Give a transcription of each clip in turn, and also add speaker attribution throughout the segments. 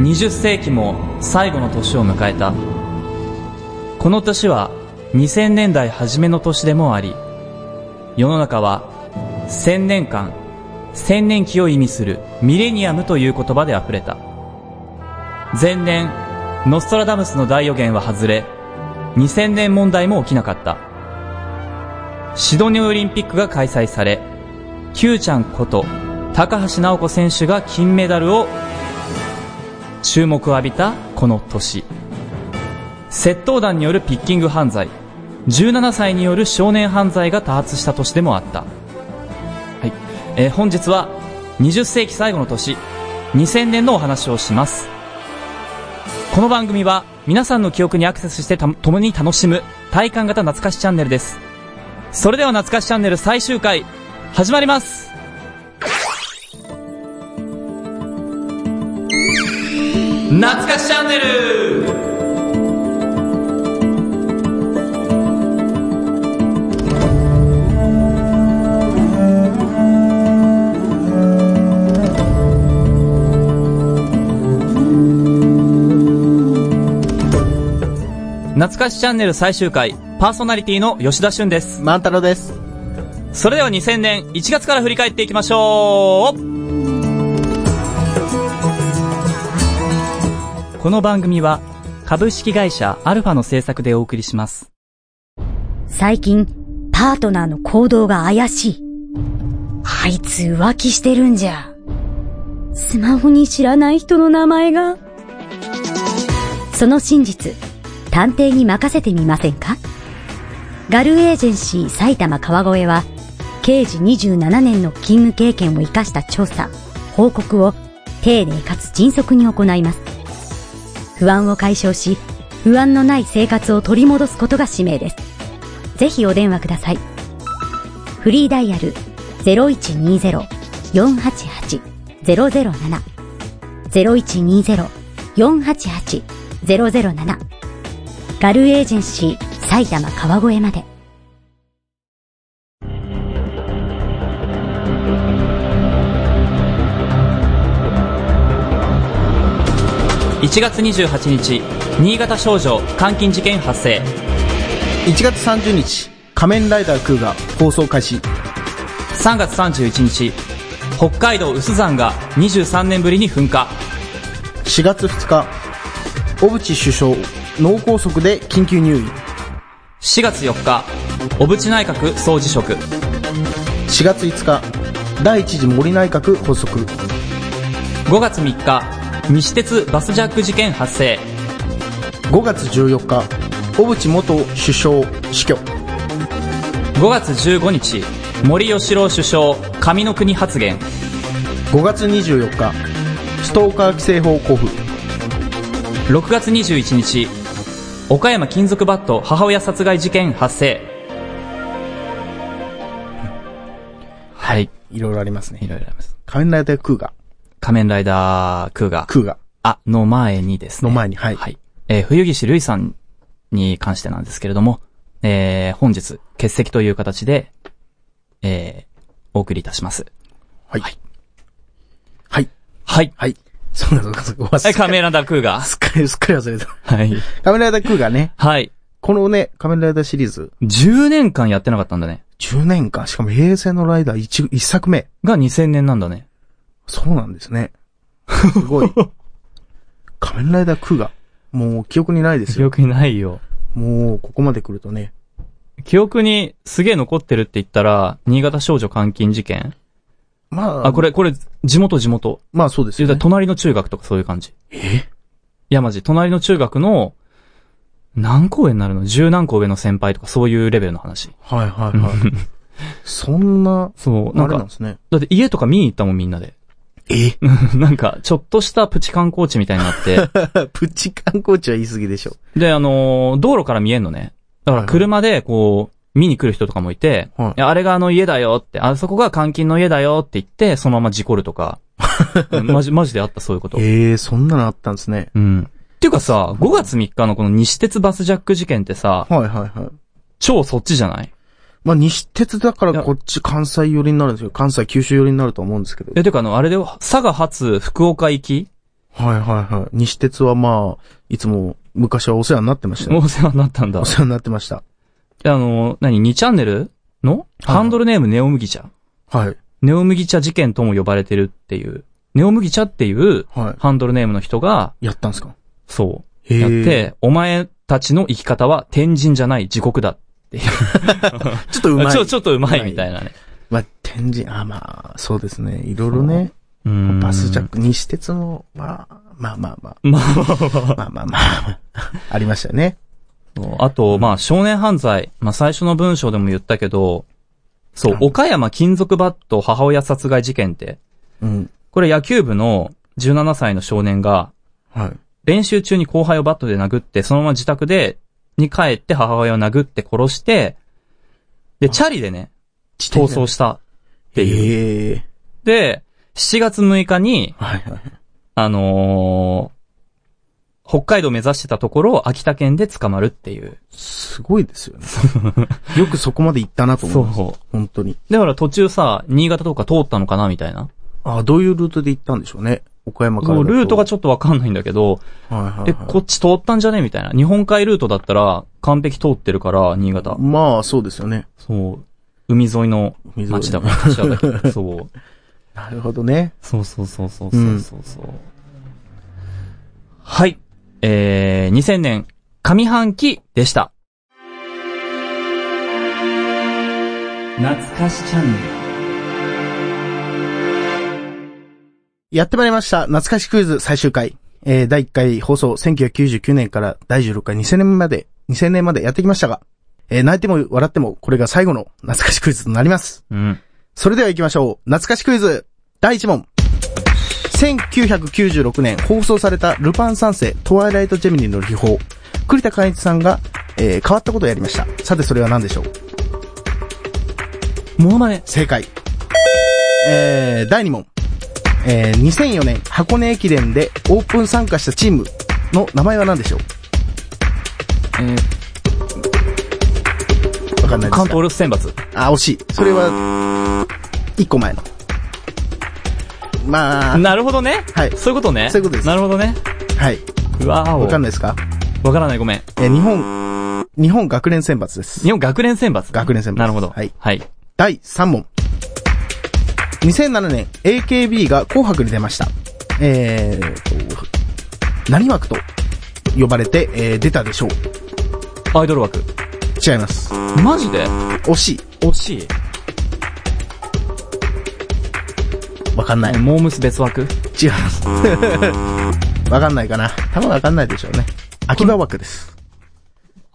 Speaker 1: 20世紀も最後の年を迎えたこの年は2000年代初めの年でもあり世の中は1000年間千年期を意味するミレニアムという言葉で溢れた前年ノストラダムスの大予言は外れ2000年問題も起きなかったシドニーオリンピックが開催され Q ちゃんこと高橋尚子選手が金メダルを注目を浴びたこの年窃盗団によるピッキング犯罪17歳による少年犯罪が多発した年でもあったえー本日は20世紀最後の年2000年のお話をしますこの番組は皆さんの記憶にアクセスしてた共に楽しむ体感型懐かしチャンネルですそれでは懐かしチャンネル最終回始まります懐かしチャンネル懐かしチャンネル最終回パーソナリティの吉田俊です
Speaker 2: 万太郎です。
Speaker 1: それでは2000年1月から振り返っていきましょうこの番組は株式会社アルファの制作でお送りします。
Speaker 3: 最近、パートナーの行動が怪しい。あいつ浮気してるんじゃ。スマホに知らない人の名前が。その真実、探偵に任せてみませんかガルエージェンシー埼玉川越は、刑事27年の勤務経験を生かした調査、報告を丁寧かつ迅速に行います。不安を解消し、不安のない生活を取り戻すことが使命です。ぜひお電話ください。フリーダイヤル0120-488-007 0120-488-007ガルエージェンシー埼玉川越まで。
Speaker 1: 1月28日、新潟少女監禁事件発生。
Speaker 2: 1月30日、仮面ライダークーが放送開始。
Speaker 1: 3月31日、北海道薄山が23年ぶりに噴火。
Speaker 2: 4月2日、小渕首相、脳梗塞で緊急入院。
Speaker 1: 4月4日、小渕内閣総辞職。
Speaker 2: 4月5日、第一次森内閣発足。
Speaker 1: 5月3日、西鉄バスジャック事件発生。
Speaker 2: 5月14日、小渕元首相、死去。
Speaker 1: 5月15日、森喜朗首相、上の国発言。
Speaker 2: 5月24日、ストーカー規制法交付。
Speaker 1: 6月21日、岡山金属バット母親殺害事件発生。はい。
Speaker 2: いろいろありますね。
Speaker 1: いろいろあります。
Speaker 2: 仮面ライダークーが、
Speaker 1: 仮面ライダークーガー。
Speaker 2: クーが、
Speaker 1: あ、の前にですね。
Speaker 2: の前に、はい。
Speaker 1: はい。えー冬岸るいさんに関してなんですけれども、えー本日、欠席という形で、えーお送りいたします。
Speaker 2: はい
Speaker 1: はい。
Speaker 2: はい。
Speaker 1: はい。
Speaker 2: はい。そうだそうだそうだ。忘
Speaker 1: は
Speaker 2: れ
Speaker 1: い、仮面ライダークーガー。
Speaker 2: すっかり、すっかり忘れた。
Speaker 1: はい。
Speaker 2: 仮面ライダークーがね、
Speaker 1: はい。
Speaker 2: このね、仮面ライダーシリーズ、
Speaker 1: 10年間やってなかったんだね。
Speaker 2: 10年間、しかも平成のライダー 1, 一作目。
Speaker 1: が2000年なんだね。
Speaker 2: そうなんですね。すごい。 仮面ライダークーが、もう記憶にないです
Speaker 1: 記
Speaker 2: よ。
Speaker 1: 憶にないよ。
Speaker 2: もう、ここまで来るとね。
Speaker 1: 記憶にすげえ残ってるって言ったら、新潟少女監禁事件
Speaker 2: まあ、
Speaker 1: あ、これ、これ、地元地元。
Speaker 2: まあそうです
Speaker 1: 言
Speaker 2: よ、
Speaker 1: うた
Speaker 2: ね
Speaker 1: ら。隣の中学とかそういう感じ。
Speaker 2: え
Speaker 1: いや、マジ、隣の中学の、何校上になるの十何校上の先輩とかそういうレベルの話。
Speaker 2: はいはいはい。そんな、
Speaker 1: そう、
Speaker 2: あ
Speaker 1: なん
Speaker 2: れなん
Speaker 1: か
Speaker 2: で、すね。
Speaker 1: だって家とか見に行ったもんみんなで。
Speaker 2: え
Speaker 1: なんか、ちょっとしたプチ観光地みたいになって。
Speaker 2: プチ観光地は言い過ぎでしょ。
Speaker 1: で、あのー道路から見えんのね。だから車で、こう、見に来る人とかもいて、
Speaker 2: はい
Speaker 1: やあれがあの家だよって、あそこが監禁の家だよって言って、そのまま事故ると か。マジ、マジであった、そういうこと。
Speaker 2: ええそんなのあったんですね。
Speaker 1: うん。っていうかさ、5月3日のこの西鉄バスジャック事件ってさ、
Speaker 2: はいはいはい。
Speaker 1: 超そっちじゃない
Speaker 2: まあ、西鉄だか
Speaker 1: いや
Speaker 2: らこっち関西寄りになるんですよ。関西、九州寄りになると思うんですけど
Speaker 1: え、。てかあの、あれで、佐賀発福岡行き
Speaker 2: はいはいはい。西鉄はまあ、いつも昔はお世話になってました
Speaker 1: も
Speaker 2: よ。
Speaker 1: うお世話になったんだ
Speaker 2: お。世話になってました。
Speaker 1: あの、何 ?2 チャンネルの
Speaker 2: はい
Speaker 1: ハンドルネームネオ麦茶。
Speaker 2: はい。
Speaker 1: ネオ麦茶事件とも呼ばれてるっていう。ネオ麦茶っていう
Speaker 2: は
Speaker 1: ハンドルネームの人が、
Speaker 2: い。やったんすか
Speaker 1: そう、
Speaker 2: へえ
Speaker 1: やって、お前たちの生き方は天神じゃない地獄だ。
Speaker 2: ちょっとうまい。
Speaker 1: ちょ、ちょっとうまいみたいなね。
Speaker 2: まあ、天神、あまあ、そうですね。いろいろね。
Speaker 1: うん
Speaker 2: バスジャッ。ク、西鉄も、まあ、まあまあま
Speaker 1: まあ、
Speaker 2: あ、まあまあまあ、ありましたよね。
Speaker 1: そうあと、まあ、少年犯罪。まあ、最初の文章でも言ったけど、そう、
Speaker 2: うん
Speaker 1: 岡山金属バット母親殺害事件って、
Speaker 2: うん。
Speaker 1: これ野球部の17歳の少年が、
Speaker 2: はい。
Speaker 1: 練習中に後輩をバットで殴って、そのまま自宅で、に帰って母親を殴って殺して、で、チャリでね、逃走
Speaker 2: し
Speaker 1: したって
Speaker 2: て
Speaker 1: いう。
Speaker 2: へえ。
Speaker 1: で、7月6日に、
Speaker 2: はいはい。
Speaker 1: あのー北海道目指してたところを秋田県で捕まるっていう。
Speaker 2: すごいですよね。よくそこまで行ったなと思います。
Speaker 1: そ
Speaker 2: 本当に。
Speaker 1: だから途中さ、新潟とか通ったのかなみたいな。
Speaker 2: ああ、どういうルートで行ったんでしょうね。岡山からだ
Speaker 1: も
Speaker 2: と。
Speaker 1: うルートがちょっとわかんないんだけど、
Speaker 2: はいはいはい、
Speaker 1: え、こっち通ったんじゃねみたいな。日本海ルートだったら完璧通ってるから、新潟。
Speaker 2: まあ、そうですよね。
Speaker 1: そう。海沿いの
Speaker 2: 海沿い
Speaker 1: 町だから、柏 崎。そう。
Speaker 2: なるほどね。
Speaker 1: そうそうそうそうそうそうそう、はい。えー、2000年上半期でした。懐かしチャンネ
Speaker 2: やってまいりました。懐かしクイズ最終回。えー、第1回放送1999年から第16回2000年まで、2000年までやってきましたが、えー、泣いても笑ってもこれが最後の懐かしクイズとなります。
Speaker 1: ル。うん。
Speaker 2: それでは行きましょう。懐かしクイズ第1問。1996年放送されたルパン三世トワイライトジェミニの秘宝。栗田寛一さんが、えー変わったことをやりました。さてそれは何でしょう
Speaker 1: モノマネ。
Speaker 2: 正解。えー、第2問。えー、2004年箱根駅伝でオープン参加したチームの名前は何でしょう
Speaker 1: えー、
Speaker 2: わかんないで
Speaker 1: 関
Speaker 2: すか
Speaker 1: 東ルース選抜。
Speaker 2: あ、惜しい。それは、1個前の。まあ、
Speaker 1: なるほどね。
Speaker 2: はい
Speaker 1: そういうことね。
Speaker 2: そういうことです
Speaker 1: なるほどね。
Speaker 2: はい。
Speaker 1: うわーお。な
Speaker 2: わかん
Speaker 1: い。
Speaker 2: ないですか
Speaker 1: わからない、ごめん。
Speaker 2: えー、日本、日本学連選抜です。
Speaker 1: 日本学連選抜。
Speaker 2: 学連選抜
Speaker 1: なるほど。
Speaker 2: はい
Speaker 1: はい。
Speaker 2: 第3問。2007年、AKB が紅白に出ました。えーと、何枠と呼ばれて、えー出たでしょう
Speaker 1: アイドル枠。
Speaker 2: 違います。
Speaker 1: マジで
Speaker 2: 惜しい。
Speaker 1: 惜しい。
Speaker 2: わかんない。違い
Speaker 1: モームス別枠
Speaker 2: ます。 わかんないかな。多分わかんないでしょうね。秋葉枠です。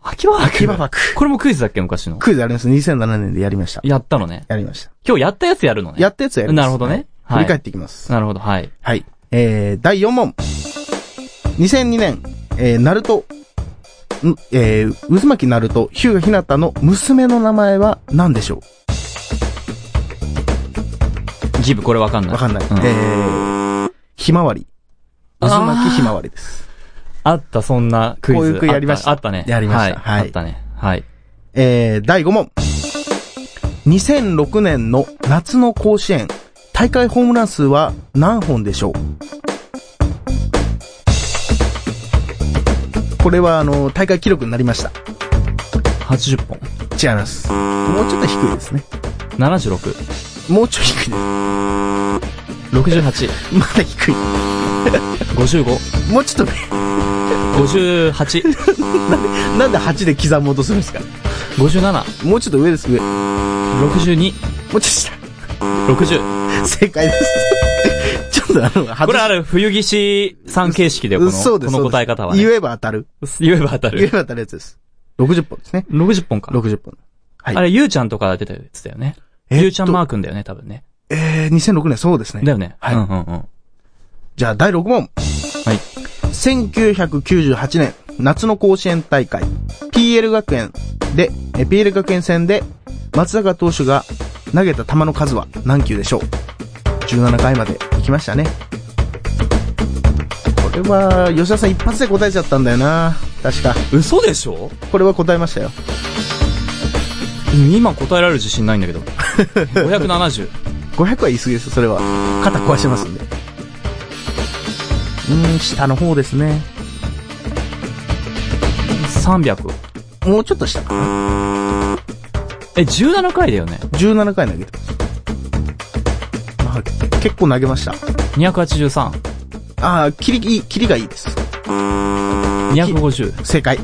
Speaker 1: 秋葉枠
Speaker 2: 秋葉枠。
Speaker 1: これもクイズだっけ昔の。
Speaker 2: クイズあります。2007年でやりました。
Speaker 1: やったのね。
Speaker 2: やりました。
Speaker 1: 今日やったやつやるのね。
Speaker 2: やったやつやりま
Speaker 1: な
Speaker 2: す。
Speaker 1: るほどね
Speaker 2: はい
Speaker 1: はい
Speaker 2: 振り返っていきます。
Speaker 1: なるほど、はい。
Speaker 2: はい。えー、第4問。2002年、えー、ナルト、んえー、渦巻ナルト、ヒューガヒナタの娘の名前は何でしょ
Speaker 1: ギブ、これわかんな
Speaker 2: う
Speaker 1: い。
Speaker 2: わかんない。
Speaker 1: うん
Speaker 2: えー、ひまわり。渦巻ひまわりです。
Speaker 1: あった、そんなクイズ。
Speaker 2: こういうクイズやりました
Speaker 1: あったあったね。
Speaker 2: やりました
Speaker 1: は。
Speaker 2: はいい
Speaker 1: あったね。はい。
Speaker 2: えー、第5問。2006年の夏の甲子園、大会ホームラン数は何本でしょうこれは、あの、大会記録になりました。
Speaker 1: 80本。
Speaker 2: 違います。もうちょっと低いですね。
Speaker 1: 76。
Speaker 2: もうちょい低いです。
Speaker 1: 68。
Speaker 2: まだ低い。
Speaker 1: 55。
Speaker 2: もうちょっとね、
Speaker 1: 58。
Speaker 2: なんで8で刻もうとするんですか
Speaker 1: 57。
Speaker 2: もうちょっと上です、上。も
Speaker 1: 62。
Speaker 2: うちょっと
Speaker 1: 60。
Speaker 2: 下。正解です。 ちょっとあの、外
Speaker 1: これあ
Speaker 2: る
Speaker 1: れ、冬岸さん形式でこの、
Speaker 2: そうです。
Speaker 1: この答え方はね。
Speaker 2: そうです言えば当たる。
Speaker 1: 言えば当た
Speaker 2: 言え
Speaker 1: る。
Speaker 2: ば当たるやつです。60本ですね。
Speaker 1: 60本か。
Speaker 2: 60本。はい。
Speaker 1: あれ、ゆうちゃんとか出てたやつだよね。
Speaker 2: えっと
Speaker 1: ゆうちゃんマー君だよね、多分ね。
Speaker 2: えー、2006年、そうですね。
Speaker 1: だよね。
Speaker 2: はい
Speaker 1: うんうんうん。
Speaker 2: じゃあ、第6問。
Speaker 1: はい。
Speaker 2: 1998年、夏の甲子園大会、PL 学園で、え PL 学園戦で、松坂投手が投げた球の数は何球でしょう ?17 回まで行きましたね。これは、吉田さん一発で答えちゃったんだよな。確か。
Speaker 1: 嘘でしょ
Speaker 2: これは答えましたよ。
Speaker 1: 今答えられる自信ないんだけど。570。
Speaker 2: 500は言い過ぎです、それは。肩壊しますんで。うん、下の方ですね。
Speaker 1: 300。
Speaker 2: もうちょっと下かな。
Speaker 1: え、17回だよね。
Speaker 2: 17回投げてます。まあ結構投げました。
Speaker 1: 283。
Speaker 2: ああ、キリいい、キリがいいです。
Speaker 1: 250。
Speaker 2: 正解。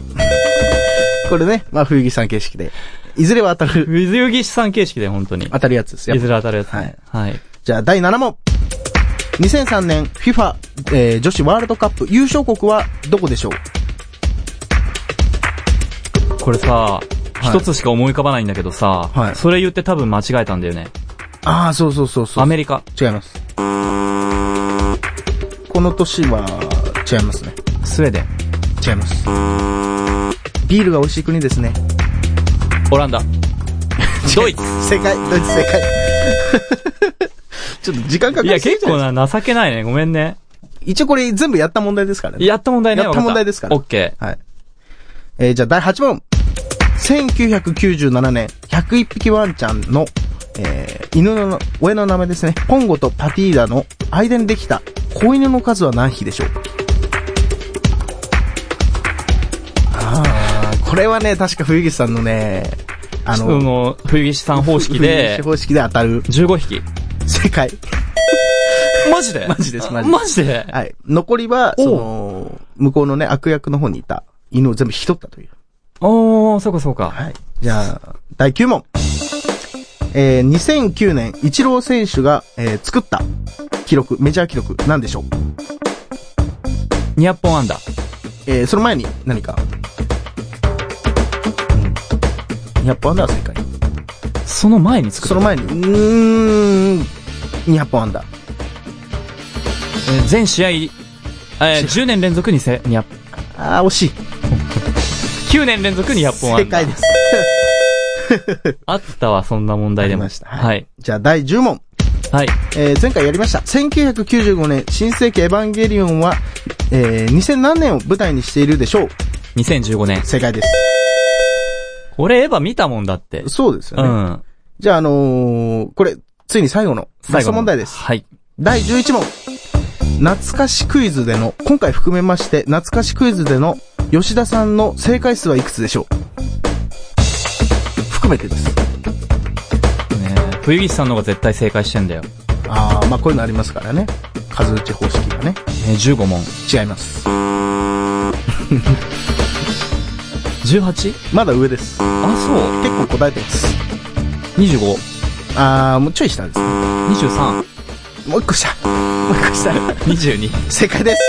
Speaker 2: これね、まあ、冬木さん形式で。いずれは当たる、
Speaker 1: 水泳ぎ資産形式だよ、本当に。
Speaker 2: 当たるやつですよ
Speaker 1: い。ずれ当たるやつ。
Speaker 2: はい。
Speaker 1: はい。
Speaker 2: じゃあ、第7問。2003年 FIFA、えー女子ワールドカップ優勝国はどこでしょう
Speaker 1: これさ、
Speaker 2: い
Speaker 1: 一つしか思い浮かばないんだけどさ、
Speaker 2: はい
Speaker 1: それ言って多分間違えたんだよね。
Speaker 2: ああ、そうそうそうそう。
Speaker 1: アメリカ。
Speaker 2: 違います。この年は、違いますね。
Speaker 1: スウェーデン。
Speaker 2: 違います。ビールが美味しい国ですね。
Speaker 1: オ ランダ。ドイツ。
Speaker 2: 正解、ドイツ正解。 ちょっと時間か
Speaker 1: い
Speaker 2: かり
Speaker 1: や、
Speaker 2: すぎ
Speaker 1: 結
Speaker 2: ちゃう
Speaker 1: 構な、情けないね。ごめんね。
Speaker 2: 一応これ全部やった問題ですからね。
Speaker 1: やった問題ね。
Speaker 2: やった
Speaker 1: わか
Speaker 2: 問題ですから
Speaker 1: オッケ
Speaker 2: はい。えーじゃあ第8問。1997年、101匹ワンちゃんの、えー犬の、親の名前ですね。ポンゴとパティーダの間にできた子犬の数は何匹でしょうあーこれはね、確か冬木さんのね、あ
Speaker 1: ー。そ
Speaker 2: の、
Speaker 1: の、冬木さん方式で
Speaker 2: 冬木、方式で当たる。
Speaker 1: 15匹。
Speaker 2: 正解。
Speaker 1: マジで
Speaker 2: マジですマジです
Speaker 1: マジで
Speaker 2: はい。残りは、
Speaker 1: おう
Speaker 2: その、向こうのね、悪役の方にいた犬を全部引き取ったという。
Speaker 1: おー、そうかそうか。
Speaker 2: はい。じゃあ、第9問。えー、2009年、イチロー選手が、えー作った記録、メジャー記録、なんでしょう
Speaker 1: 200本アンダ
Speaker 2: えー、その前に何か。うん。200本アンダーは正解。
Speaker 1: ー。その前に作
Speaker 2: そ
Speaker 1: る。
Speaker 2: の前に、うーん、200本アンダー。
Speaker 1: えー全試合、え ー10年連続にせ、200、
Speaker 2: あー、惜しい。
Speaker 1: 9年連続に100本ア
Speaker 2: 正
Speaker 1: ンダー
Speaker 2: 解です。
Speaker 1: あったわ、そんな問題でも。
Speaker 2: ありましたは
Speaker 1: はい。
Speaker 2: じゃあ、第10問。
Speaker 1: はい。
Speaker 2: えー前回やりました。1995年、新世紀エヴァンゲリオンは、えー、2000何年を舞台にしているでしょう
Speaker 1: 2015年。
Speaker 2: 正解です。
Speaker 1: 俺エヴァ見たもんだって。
Speaker 2: そうですよ
Speaker 1: う
Speaker 2: ね。
Speaker 1: ん。
Speaker 2: じゃあ、あのーこれ、ついに最後の、ラスト問題です。
Speaker 1: はい。
Speaker 2: 第11問。懐かしクイズでの、今回含めまして、懐かしクイズでの、吉田さんの正解数はいくつでしょう含めてです。
Speaker 1: ね冬岸さんの方が絶対正解してんだよ。
Speaker 2: あー、まあこういうのありますからね。数打ち方式がね。
Speaker 1: えー15問。
Speaker 2: 違います。
Speaker 1: 18?
Speaker 2: まだ上です。
Speaker 1: あ、
Speaker 2: 結構答えてま
Speaker 1: そ
Speaker 2: す。
Speaker 1: う。25。
Speaker 2: あー、もうちょい下ですね。
Speaker 1: 23。
Speaker 2: もう一個下。もう一個下。
Speaker 1: 22。
Speaker 2: 正解です。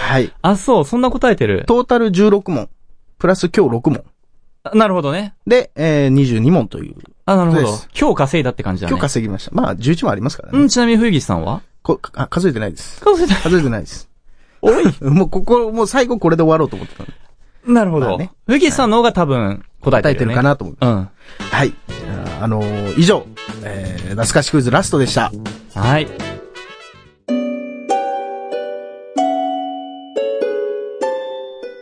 Speaker 2: はい。
Speaker 1: あ、そう。そんな答えてる。
Speaker 2: トータル16問。プラス今日6問。
Speaker 1: なるほどね。
Speaker 2: で、えー、22問という。
Speaker 1: あ、なるほ
Speaker 2: そう
Speaker 1: ど
Speaker 2: です。
Speaker 1: 今日稼いだって感じだね。
Speaker 2: 今日稼ぎました。まあ、11もありますからね。
Speaker 1: うん、ちなみに冬岸さんは
Speaker 2: こあ数えてないです。
Speaker 1: 稼いだ。
Speaker 2: 数えてないです。 もうここ、もう最後これで終わろうと思ってたんで。
Speaker 1: なるほ
Speaker 2: まあ
Speaker 1: ど
Speaker 2: ね。
Speaker 1: 冬岸さんの方が多分答え
Speaker 2: 答
Speaker 1: て
Speaker 2: え
Speaker 1: る
Speaker 2: て
Speaker 1: よね。
Speaker 2: るかなと思って。
Speaker 1: うん。
Speaker 2: はい。じゃあ、あのー以上、えー、懐かしクイズラストでした。
Speaker 1: はい。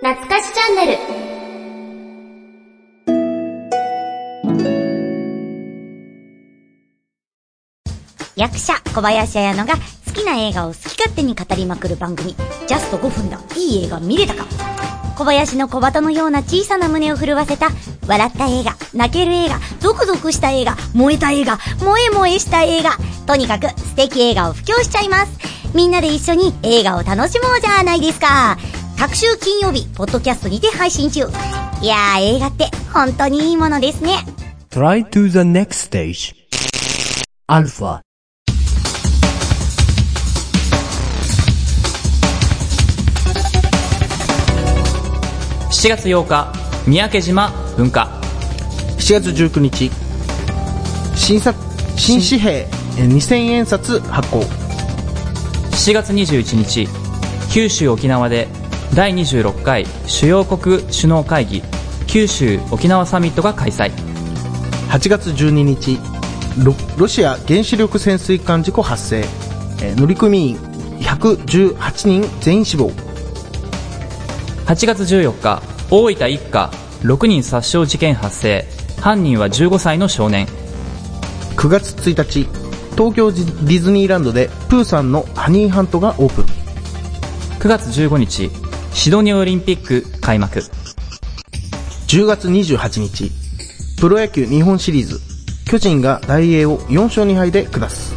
Speaker 4: 懐かしチャンネル
Speaker 3: 役者小林彩乃が好きな映画を好き勝手に語りまくる番組ジャスト5分だいい映画見れたか小林の小鳩のような小さな胸を震わせた笑った映画泣ける映画ゾクゾクした映画燃えた映画萌え萌えした映画とにかく素敵映画を布教しちゃいますみんなで一緒に映画を楽しもうじゃないですか各週金曜日ポッドキャストにて配信中いやー映画って本当にいいものですね
Speaker 5: Try to the next stage. Alpha.
Speaker 1: 7月8日、三宅島文化。
Speaker 2: 7月19日、新札、新紙幣、えー2000円札発行。
Speaker 1: 7月21日九州沖縄で第26回主要国首脳会議九州沖縄サミットが開催
Speaker 2: 8月12日ロロシア原子力潜水艦事故発生、えー乗組員118人全員死亡
Speaker 1: 8月14日大分一家6人殺傷事件発生犯人は15歳の少年
Speaker 2: 9月1日東京ディズニーランドでプーさんのハニーハントがオープン
Speaker 1: 9月15日、シドニーオリンピック開幕。
Speaker 2: 10月28日、プロ野球日本シリーズ、巨人が大英を4勝2敗で下す。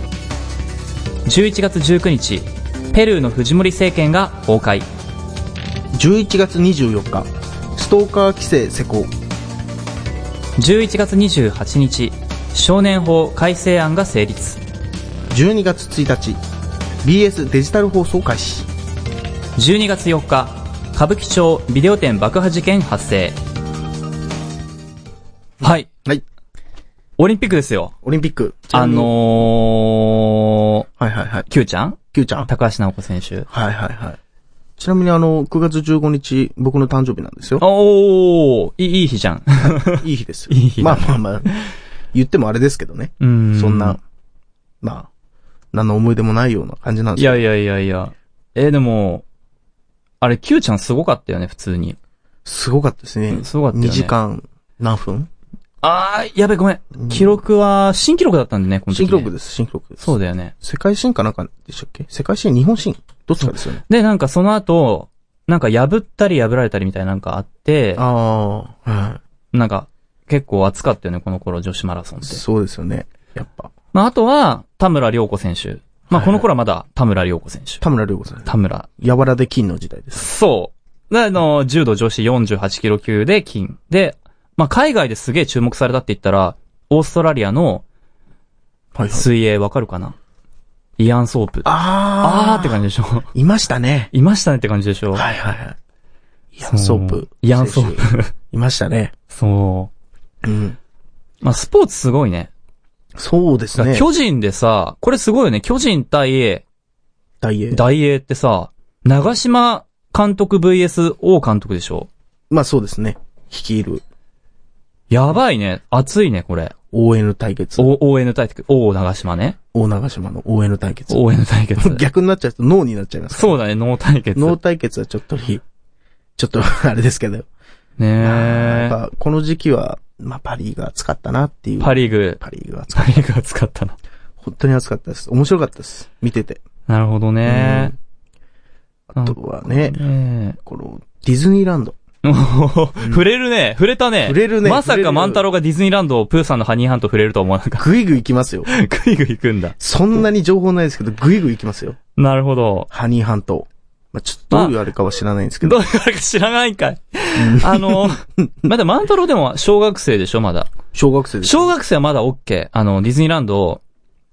Speaker 1: 11月19日、ペルーのフジモリ政権が崩壊。
Speaker 2: 11月24日、ストーカー規制施行。
Speaker 1: 11月28日、少年法改正案が成立。
Speaker 2: 12月1日、BS デジタル放送開始。
Speaker 1: 12月4日、歌舞伎町ビデオ店爆破事件発生。はい。
Speaker 2: はい。
Speaker 1: オリンピックですよ。
Speaker 2: オリンピック。
Speaker 1: あ、の
Speaker 2: はいはいは
Speaker 1: ー、。
Speaker 2: い
Speaker 1: Q ちゃん
Speaker 2: Q ちゃん。
Speaker 1: 高橋直子選手。
Speaker 2: はいはいはい。ちなみにあの、9月15日、僕の誕生日なんですよ。
Speaker 1: おー、いいいい日じゃん。
Speaker 2: いい日ですよ。
Speaker 1: いい日
Speaker 2: ま
Speaker 1: だ
Speaker 2: あまあまあ、言ってもあれですけどね。
Speaker 1: う
Speaker 2: そんな。、まあ、何の思い出もないような感じなんです
Speaker 1: い
Speaker 2: けど
Speaker 1: やいやいやいや。えーでも、あれ、Q ちゃんすごかったよね、普通に。
Speaker 2: すごかったですね。
Speaker 1: すごかったよね
Speaker 2: 2時間何分
Speaker 1: あー、やべ、ごめ
Speaker 2: うん
Speaker 1: ん。記録は、新記録だったんでね、この時
Speaker 2: 新
Speaker 1: ね
Speaker 2: 記録です、新記録です。
Speaker 1: そうだよね。
Speaker 2: 世界新かなんかでしたっけ世界新、日本新どっちかですよね。
Speaker 1: で、なんかその後、なんか破ったり破られたりみたいななんかあって、
Speaker 2: ああ、は
Speaker 1: なんか結構熱かったよね、この頃女子マラソンっ
Speaker 2: い。
Speaker 1: て。
Speaker 2: そうですよね。やっぱ、
Speaker 1: まああとは、田村良子選手。ま
Speaker 2: はいは
Speaker 1: あ
Speaker 2: い
Speaker 1: この頃はまだ田村良子選手。
Speaker 2: 田村良子さん。
Speaker 1: 田村。
Speaker 2: やわらで金の時代です。
Speaker 1: そう。であの、柔道女子48キロ級で金。で、まあ海外ですげえ注目されたって言ったら、オーストラリアの
Speaker 2: はいはい。
Speaker 1: 水泳わかるかなイアン・ソープ。
Speaker 2: あ
Speaker 1: あーって感じでしょ
Speaker 2: じ。いましたね。
Speaker 1: いましたねって感じでしょ
Speaker 2: はいはいはい。イアンソープ。
Speaker 1: イアンソー
Speaker 2: プ。いましたね。
Speaker 1: そ
Speaker 2: うん。
Speaker 1: う。まあスポーツすごいね。
Speaker 2: そうですね。
Speaker 1: 巨人でさ、これすごいよね。巨人対
Speaker 2: 大英。
Speaker 1: 大英ってさ、長島監督 VS 王監督でしょ
Speaker 2: まあそうですね。率いる
Speaker 1: やばいね。熱いね、これ。
Speaker 2: ON 対決。
Speaker 1: お、ON 対決。王長島ね。
Speaker 2: 大長島の ON 対決。
Speaker 1: ON 対決。
Speaker 2: 逆になっちゃうと脳になっちゃいますから。
Speaker 1: そうだね、脳対決。
Speaker 2: 脳対決はちょっとり、ちょっと あれですけど。
Speaker 1: ね
Speaker 2: やっ
Speaker 1: え。
Speaker 2: ぱこの時期は、まあパリーが暑かったなっていう。
Speaker 1: パ
Speaker 2: リ
Speaker 1: リーグ。
Speaker 2: パリーが暑かっ
Speaker 1: パリーグは使ったな。
Speaker 2: た。本当に暑かったです。面白かったです。見てて。
Speaker 1: なるほどね。
Speaker 2: あとはね、
Speaker 1: ねえ
Speaker 2: このディズニーランド。
Speaker 1: おほほ触れるね。触れたね。
Speaker 2: 触れるね
Speaker 1: まさ
Speaker 2: 触れ
Speaker 1: か
Speaker 2: る
Speaker 1: 万太郎がディズニーランドをプーさんのハニーハント触れるとは思わなかっ
Speaker 2: ぐいぐい行きますよ。
Speaker 1: た。グイグイ行くんだ。
Speaker 2: そんなに情報ないですけど、ぐいぐい行きますよ。
Speaker 1: なるほど。
Speaker 2: ハニーハント。まあちょっとどういうあれかは知らないんです け
Speaker 1: どう
Speaker 2: ど。
Speaker 1: いうあれか知らないんかい。あ の、まだ万太郎でも小学生でしょ、まだ。
Speaker 2: 小学生です。
Speaker 1: 小学生はまだ OK。あの、ディズニーランド、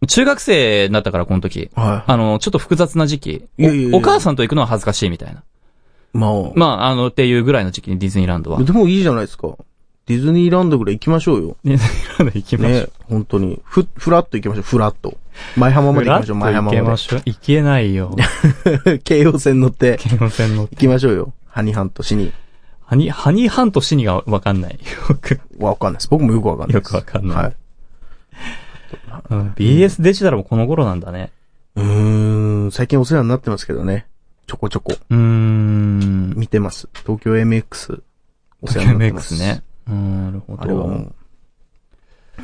Speaker 1: 中学生だったから、この時。
Speaker 2: は
Speaker 1: あの、ちょっと複雑な時期。
Speaker 2: いやいやいや
Speaker 1: おお母さんと行くのは恥ずかしいみたいな。
Speaker 2: い。まあ、
Speaker 1: まあ、あの、っていうぐらいの時期にディズニーランドは。
Speaker 2: でもいいじゃないですか。ディズニーランドぐらい行きましょうよ。
Speaker 1: ディズニーランド行きましょ
Speaker 2: ね
Speaker 1: う。
Speaker 2: 本当に。ふ、ふらっと行きましょう、ふらっと。前浜まで行きましょう、
Speaker 1: ふら
Speaker 2: 前
Speaker 1: っと
Speaker 2: 浜
Speaker 1: 行け
Speaker 2: ま
Speaker 1: ましょう。行けないよ。
Speaker 2: で。 京葉線乗って、
Speaker 1: 京王線乗って
Speaker 2: 行きましょうよ。ハニハントしに。
Speaker 1: ハ ニ、ハニーハントシニがわかんない。よく。
Speaker 2: わかんないです。僕もよくわかんないです。
Speaker 1: よくわかんない
Speaker 2: はい。
Speaker 1: うん BS デジタルもこの頃なんだね。
Speaker 2: うーん、最近お世話になってますけどね。ちょこちょこ。
Speaker 1: うーん。
Speaker 2: 見てます。東京 MX。お世話になってます。
Speaker 1: MX ね。うん、なるほど。
Speaker 2: あれはもう、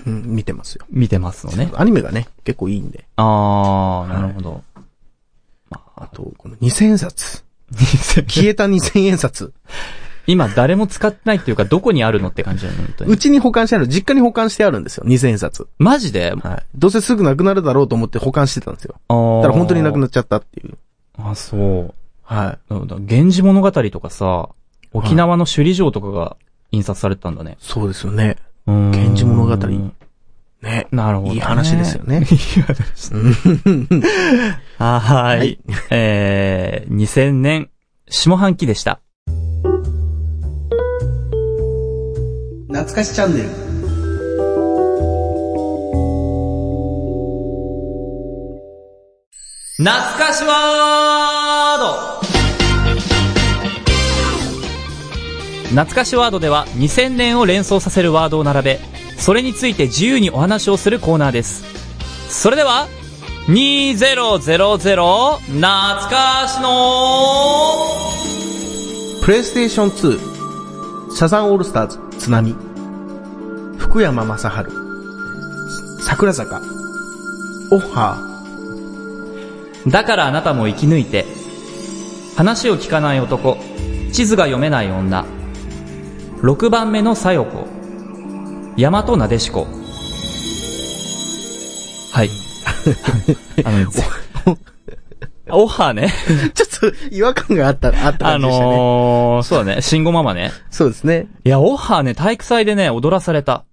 Speaker 2: うん、見てますよ。
Speaker 1: 見てますのね。
Speaker 2: アニメがね、結構いいんで。
Speaker 1: あー、なるほど。
Speaker 2: あと、この2000円札。
Speaker 1: き
Speaker 2: 消えた2000円札。
Speaker 1: 今誰も使ってないっていうか、どこにあるのって感じだよね、本当
Speaker 2: う
Speaker 1: に。
Speaker 2: ちに保管してある、実家に保管してあるんですよ、2000円札。
Speaker 1: マジで
Speaker 2: はい。どうせすぐなくなるだろうと思って保管してたんですよ。
Speaker 1: あー
Speaker 2: だから本当になくなっちゃったっていう。
Speaker 1: あ、そう。
Speaker 2: はい。
Speaker 1: だから源氏物語とかさ、沖縄の首里城とかが印刷されてたんだね。
Speaker 2: そうですよね。
Speaker 1: うーん
Speaker 2: 源氏物語ね。
Speaker 1: なるほど、ね。
Speaker 2: いい話ですよね
Speaker 1: いい話。あはい。
Speaker 2: はい
Speaker 1: えー、2000年、下半期でした。
Speaker 2: 懐かしチャンネル。
Speaker 1: 懐かしワード懐かしワードでは2000年を連想させるワードを並べ、それについて自由にお話をするコーナーです。それでは、2000懐かしの
Speaker 2: プレイステーション2。サザンオールスターズ、津波。福山雅治。桜坂。オッハ
Speaker 1: だからあなたも生き抜いて、話を聞かない男地図が読めない女6番目の小夜子大和なでしこはいあのオハね。
Speaker 2: ちょっと違和感があった、あった
Speaker 1: あ
Speaker 2: 感じでしたね。
Speaker 1: のー、そう だね。慎吾ママね。
Speaker 2: そうですね。
Speaker 1: いや、オッハーね、体育祭でね、踊らされた。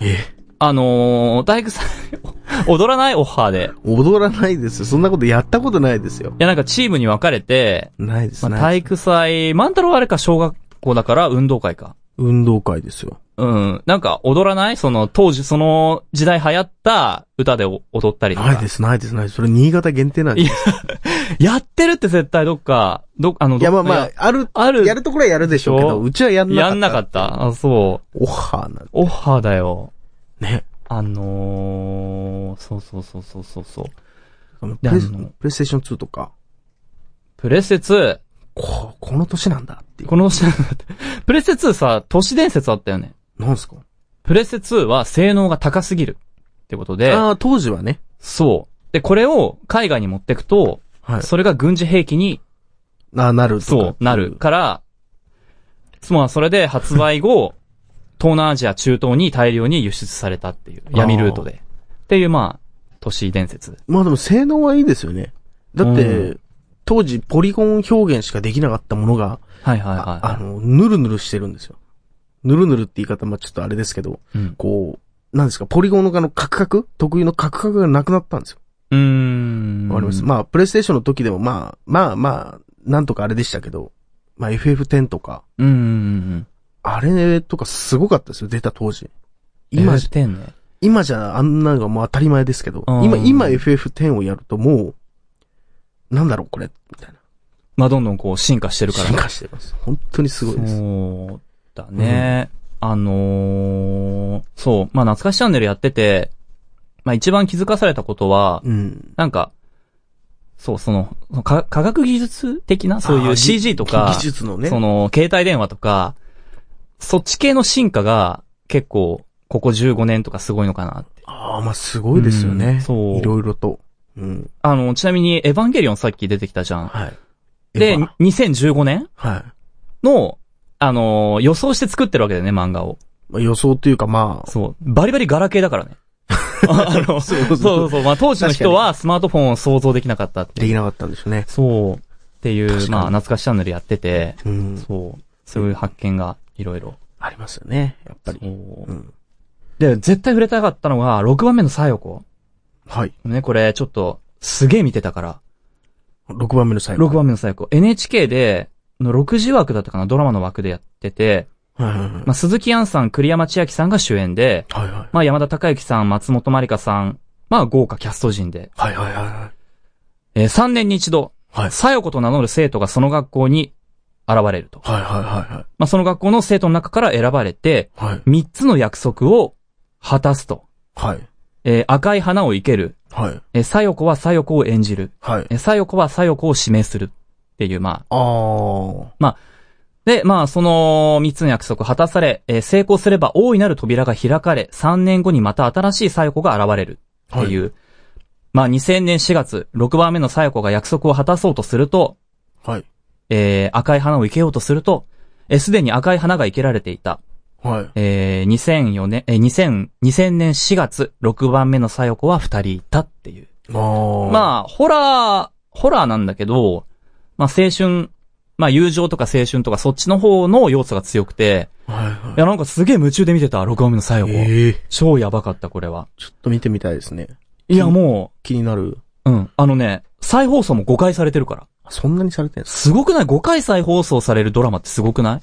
Speaker 2: え
Speaker 1: あのー、体育祭、 踊らないオッハーで。
Speaker 2: 踊らないですよ。そんなことやったことないですよ。
Speaker 1: いや、なんかチームに分かれて、
Speaker 2: ないです
Speaker 1: ま
Speaker 2: ね。
Speaker 1: あ、体育祭、万太郎あれか小学校だから運動会か。
Speaker 2: 運動会ですよ。
Speaker 1: うん。なんか踊らないその当時、その時代流行った歌でお踊ったりとか。
Speaker 2: ないです、ないです、ないです。それ新潟限定なんです。
Speaker 1: やってるって絶対どっか、どっあの、
Speaker 2: いや、ま
Speaker 1: ど
Speaker 2: あ
Speaker 1: っか
Speaker 2: まあ、ある、
Speaker 1: ある
Speaker 2: やるところはやるでしょうけ
Speaker 1: そ
Speaker 2: ど、
Speaker 1: う
Speaker 2: うちはやんなかった。
Speaker 1: やんなかった。あ、そう。
Speaker 2: おはな。
Speaker 1: オッハーだよ。
Speaker 2: ね。
Speaker 1: あのー、そうそうそうそうそうそう。
Speaker 2: プレ
Speaker 1: あの
Speaker 2: プレイステーション2とか、
Speaker 1: プレステ2、
Speaker 2: こう、この年なんだっていう。
Speaker 1: この年 プレステ2さ、都市伝説あったよね。
Speaker 2: なんすか
Speaker 1: プレステ2は性能が高すぎる。ってことで、
Speaker 2: ああ、当時はね。
Speaker 1: そう。で、これを海外に持ってくと、
Speaker 2: はい。
Speaker 1: それが軍事兵器に、
Speaker 2: ああ、なるとか
Speaker 1: そう、なる。。から、つまりそれで発売後、 東南アジア、中東に大量に輸出されたっていう、闇ルートで。っていう、まあ、都市伝説。
Speaker 2: まあでも性能はいいですよね。だって、
Speaker 1: う
Speaker 2: 当時ポリゴン表現しかできなかったものが、
Speaker 1: はいはい
Speaker 2: あ
Speaker 1: はい
Speaker 2: あ
Speaker 1: はい。
Speaker 2: の、ぬるぬるしてるんですよ。ぬるぬるって言い方、まあちょっとあれですけど、
Speaker 1: うん
Speaker 2: こう、なんですか、ポリゴンのあのカクカク特有のカクカクがなくなったんですよ。
Speaker 1: うーん。
Speaker 2: わかります。まあ、プレイステーションの時でも、まあ、まあまあ、なんとかあれでしたけど、まあ FF10 とか、
Speaker 1: うんうんうん
Speaker 2: あれとかすごかったですよ、出た当時。
Speaker 1: うん。
Speaker 2: 今
Speaker 1: 今、してんね。
Speaker 2: 今じゃあんなのがもう当たり前ですけど、
Speaker 1: うん
Speaker 2: 今、今 FF10 をやるともう、なんだろうこれ、みたいな。
Speaker 1: まあ、どんどんこう進化してるから。
Speaker 2: 進化してます。本当にすごいです。
Speaker 1: そうだね。あのー、そう。まあ、懐かしチャンネルやってて、まあ、一番気づかされたことは、
Speaker 2: うん。
Speaker 1: なんか、そう、その、その科科学技術的なそう
Speaker 2: あ
Speaker 1: い
Speaker 2: ー
Speaker 1: う CG とか、
Speaker 2: 技術のね。
Speaker 1: その、携帯電話とか、そっち系の進化が結構、ここ15年とかすごいのかなって。
Speaker 2: ああ、まあすごいですよ
Speaker 1: う
Speaker 2: ね
Speaker 1: ん。そう
Speaker 2: いろいろと。うん。
Speaker 1: あの、ちなみに、エヴァンゲリオンさっき出てきたじゃん。
Speaker 2: はい。エ
Speaker 1: で
Speaker 2: ヴァ、
Speaker 1: 2015年
Speaker 2: はい。
Speaker 1: の、あのー予想して作ってるわけだよね、漫画を。
Speaker 2: まあ予想というかまあ、
Speaker 1: そう。バリバリガラケーだからね。 ああの、そう
Speaker 2: うそう
Speaker 1: そうそう。まあ当時の人はスマートフォンを想像できなかったって
Speaker 2: で
Speaker 1: いう。
Speaker 2: きなかったんでしょうね。
Speaker 1: そう。ってい
Speaker 2: 確か
Speaker 1: う、
Speaker 2: に
Speaker 1: まあ懐かしチャンネルやってて、
Speaker 2: うん。
Speaker 1: そう。そういう発見がいろいろ。
Speaker 2: ありますよね、やっぱり。
Speaker 1: そう
Speaker 2: うん。
Speaker 1: で、絶対触れたかったのが、6番目の小夜子。
Speaker 2: はい。
Speaker 1: ね、これちょっと、すげえ見てたから。
Speaker 2: 6番目の最後。
Speaker 1: 6番目の小夜子。NHK で、の60枠だったかな、ドラマの枠でやってて、
Speaker 2: はいはいはい
Speaker 1: まあ鈴木杏さん、栗山千明さんが主演で、
Speaker 2: はいはい。
Speaker 1: まあ山田孝之さん、松本まりかさん、まあ豪華キャスト陣で、
Speaker 2: はいはいはいはい。
Speaker 1: え3年に一度、
Speaker 2: はい。
Speaker 1: さよこと名乗る生徒がその学校に現れると。
Speaker 2: はいはいは
Speaker 1: まあ、その学校の生徒の中から選ばれて、
Speaker 2: いはい。はい。
Speaker 1: 3つの約束を果たすと。
Speaker 2: はい。
Speaker 1: えー赤い花を生ける。
Speaker 2: はい。
Speaker 1: えー、さよこはさよこを演じる。
Speaker 2: はい。
Speaker 1: えー、さよこはさよこを指名する。っていう、まあ。
Speaker 2: あー。
Speaker 1: で、まあ、その3つの約束果たされ、えー成功すれば大いなる扉が開かれ、3年後にまた新しいさよこが現れる。っていう。まあ、2000年4月、6番目のさよこが約束を果たそうとすると、
Speaker 2: はい。
Speaker 1: えー赤い花を生けようとすると、えーすでに赤い花が生けられていた。
Speaker 2: はい。
Speaker 1: えー2004年、えー2000、2000年4月、6番目の小夜子は2人いたっていう。
Speaker 2: あー。
Speaker 1: まあ、ホラー、ホラーなんだけど、まあ青春、まあ友情とか青春とかそっちの方の要素が強くて、
Speaker 2: あ。はいはい
Speaker 1: いやなんかすげえ夢中で見てた、6番目の小夜子。
Speaker 2: ええー。
Speaker 1: 超やばかった、これは。
Speaker 2: ちょっと見てみたいですね。
Speaker 1: いやも
Speaker 2: 気になる。
Speaker 1: う、うん。あのね、再放送も5回されてるから。
Speaker 2: そんなにされてるんですか
Speaker 1: すごくない ?5 回再放送されるドラマってすごくない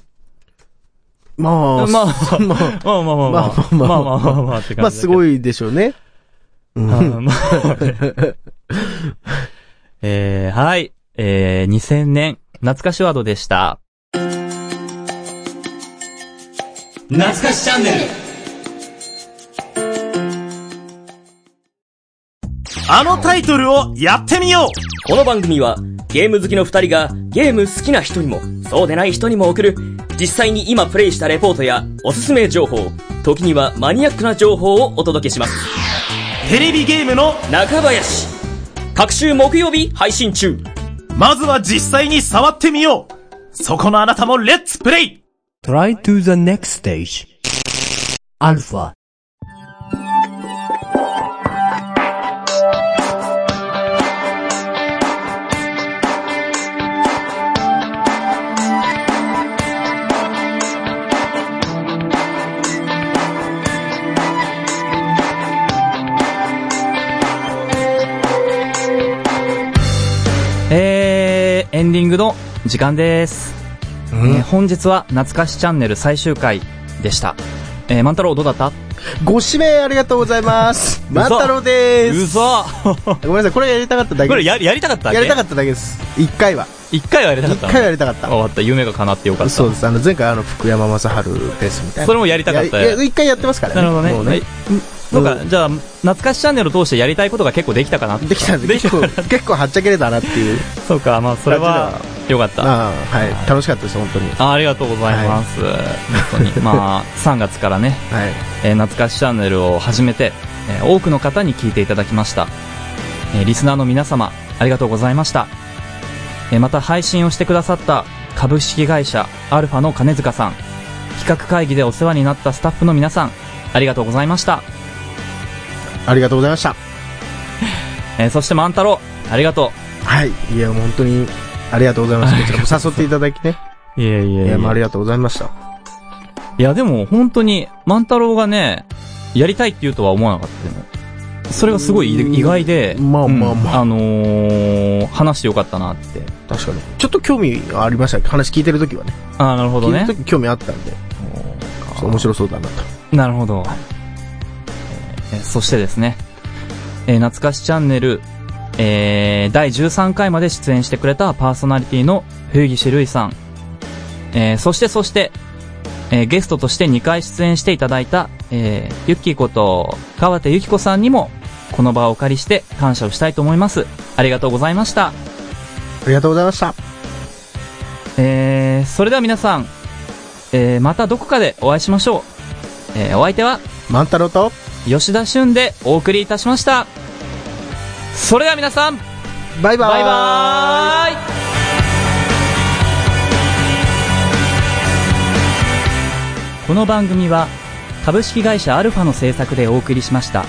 Speaker 2: まあ、
Speaker 1: まあ
Speaker 2: そま
Speaker 1: まあ
Speaker 2: あ、
Speaker 1: まあまあまあ。ま
Speaker 2: ま
Speaker 1: あ
Speaker 2: あ
Speaker 1: まあ
Speaker 2: まあ
Speaker 1: ま
Speaker 2: ま
Speaker 1: あ
Speaker 2: あ
Speaker 1: まあまあって感じだけど。
Speaker 2: まあすごいでしょうね。うん
Speaker 1: あーまあえー、はい。えー、2000年、懐かしワードでした。懐かしチャンネル
Speaker 6: あのタイトルをやってみようこの番組はゲーム好きの二人がゲーム好きな人にもそうでない人にも送る実際に今プレイしたレポートやおすすめ情報時にはマニアックな情報をお届けします
Speaker 5: テレビゲームの
Speaker 6: 中林各週木曜日配信中
Speaker 7: まずは実際に触ってみようそこのあなたもレッツプレイ
Speaker 5: Try to the next stage. Alpha.
Speaker 1: えー、エンディングの時間です。えー本日は懐かしチャンネル最終回でした。えー、万太郎どうだった
Speaker 2: ご指名ありがとうございます。万太郎でーす。
Speaker 8: 嘘こ
Speaker 2: ごめんなさい、これやりたかっただけ
Speaker 8: れ
Speaker 2: です。
Speaker 8: ややりたかったわけ
Speaker 2: やりたか
Speaker 8: っ
Speaker 2: っただけです。一回は。
Speaker 8: た。一回はやりたかっ
Speaker 2: 一
Speaker 8: たの。
Speaker 2: 回はやりたかっ
Speaker 8: 終
Speaker 2: た。
Speaker 8: わった。夢が叶ってよかった。
Speaker 2: そうです。あの、前回あの、福山雅治ですみたいな。
Speaker 8: それもやりたかった
Speaker 2: いやいや一回やってますからね。
Speaker 1: なるほどね。
Speaker 2: もう
Speaker 1: はいそうか、じゃあ、懐かしチャンネルを通してやりたいことが結構できたかな。
Speaker 2: できたんで、
Speaker 8: でき
Speaker 2: 結
Speaker 8: た
Speaker 2: 構、結構はっちゃけれたなっていう。
Speaker 1: そうか、まあ、それは、よかった。
Speaker 2: ああ、はい。楽しかったです、本当に。
Speaker 1: あありがとうございます。本当に。まあ、3月 からね、
Speaker 2: はい。
Speaker 1: えー懐かしチャンネルを始めて、えー多くの方に聞いていただきました、えーリスナーの皆様ありがとうございました、えーまた配信をしてくださった株式会社アルファの金塚さん企画会議でお世話になったスタッフの皆さんありがとうございました、
Speaker 2: ありがとうございました。
Speaker 1: えーそして万太郎ありがと
Speaker 2: はい。いや、もう本当に、ありがとうございました。こちらも誘っていただきね。
Speaker 1: ういやい
Speaker 2: いや、もうあ
Speaker 1: い
Speaker 2: りがとうございました。
Speaker 1: やでも本当に万太郎がねやりたいって言うとは思わなかったでもそれがすごい意外で、
Speaker 2: まあまあまあ
Speaker 1: うんあのー話してよかったなって
Speaker 2: 確かに。ちょっと興味ありましたけど話聞いてるときはね。
Speaker 1: ああなるほど
Speaker 2: 聞い
Speaker 1: ね
Speaker 2: てるとき興味あったんで。そう面白そうだなと。
Speaker 1: なるほど。えーそしてですね、えー懐かしチャンネル、えー第13回まで出演してくれたパーソナリティの冬岸るいさん、えーそしてそして、えーゲストとして2回出演していただいた、えーゆっきーこと川手ゆきこさんにも、この場をお借りして感謝をしたいと思います。ありがとうございました。
Speaker 2: ありがとうございました。
Speaker 1: えーそれでは皆さん、えーまたどこかでお会いしましょう。えーお相手は、
Speaker 2: 万太郎と、
Speaker 1: 吉田俊でお送りいたしましたそれでは皆さん
Speaker 2: バイバー
Speaker 1: バイバーイこの番組は株式会社アルファの制作でお送りしました。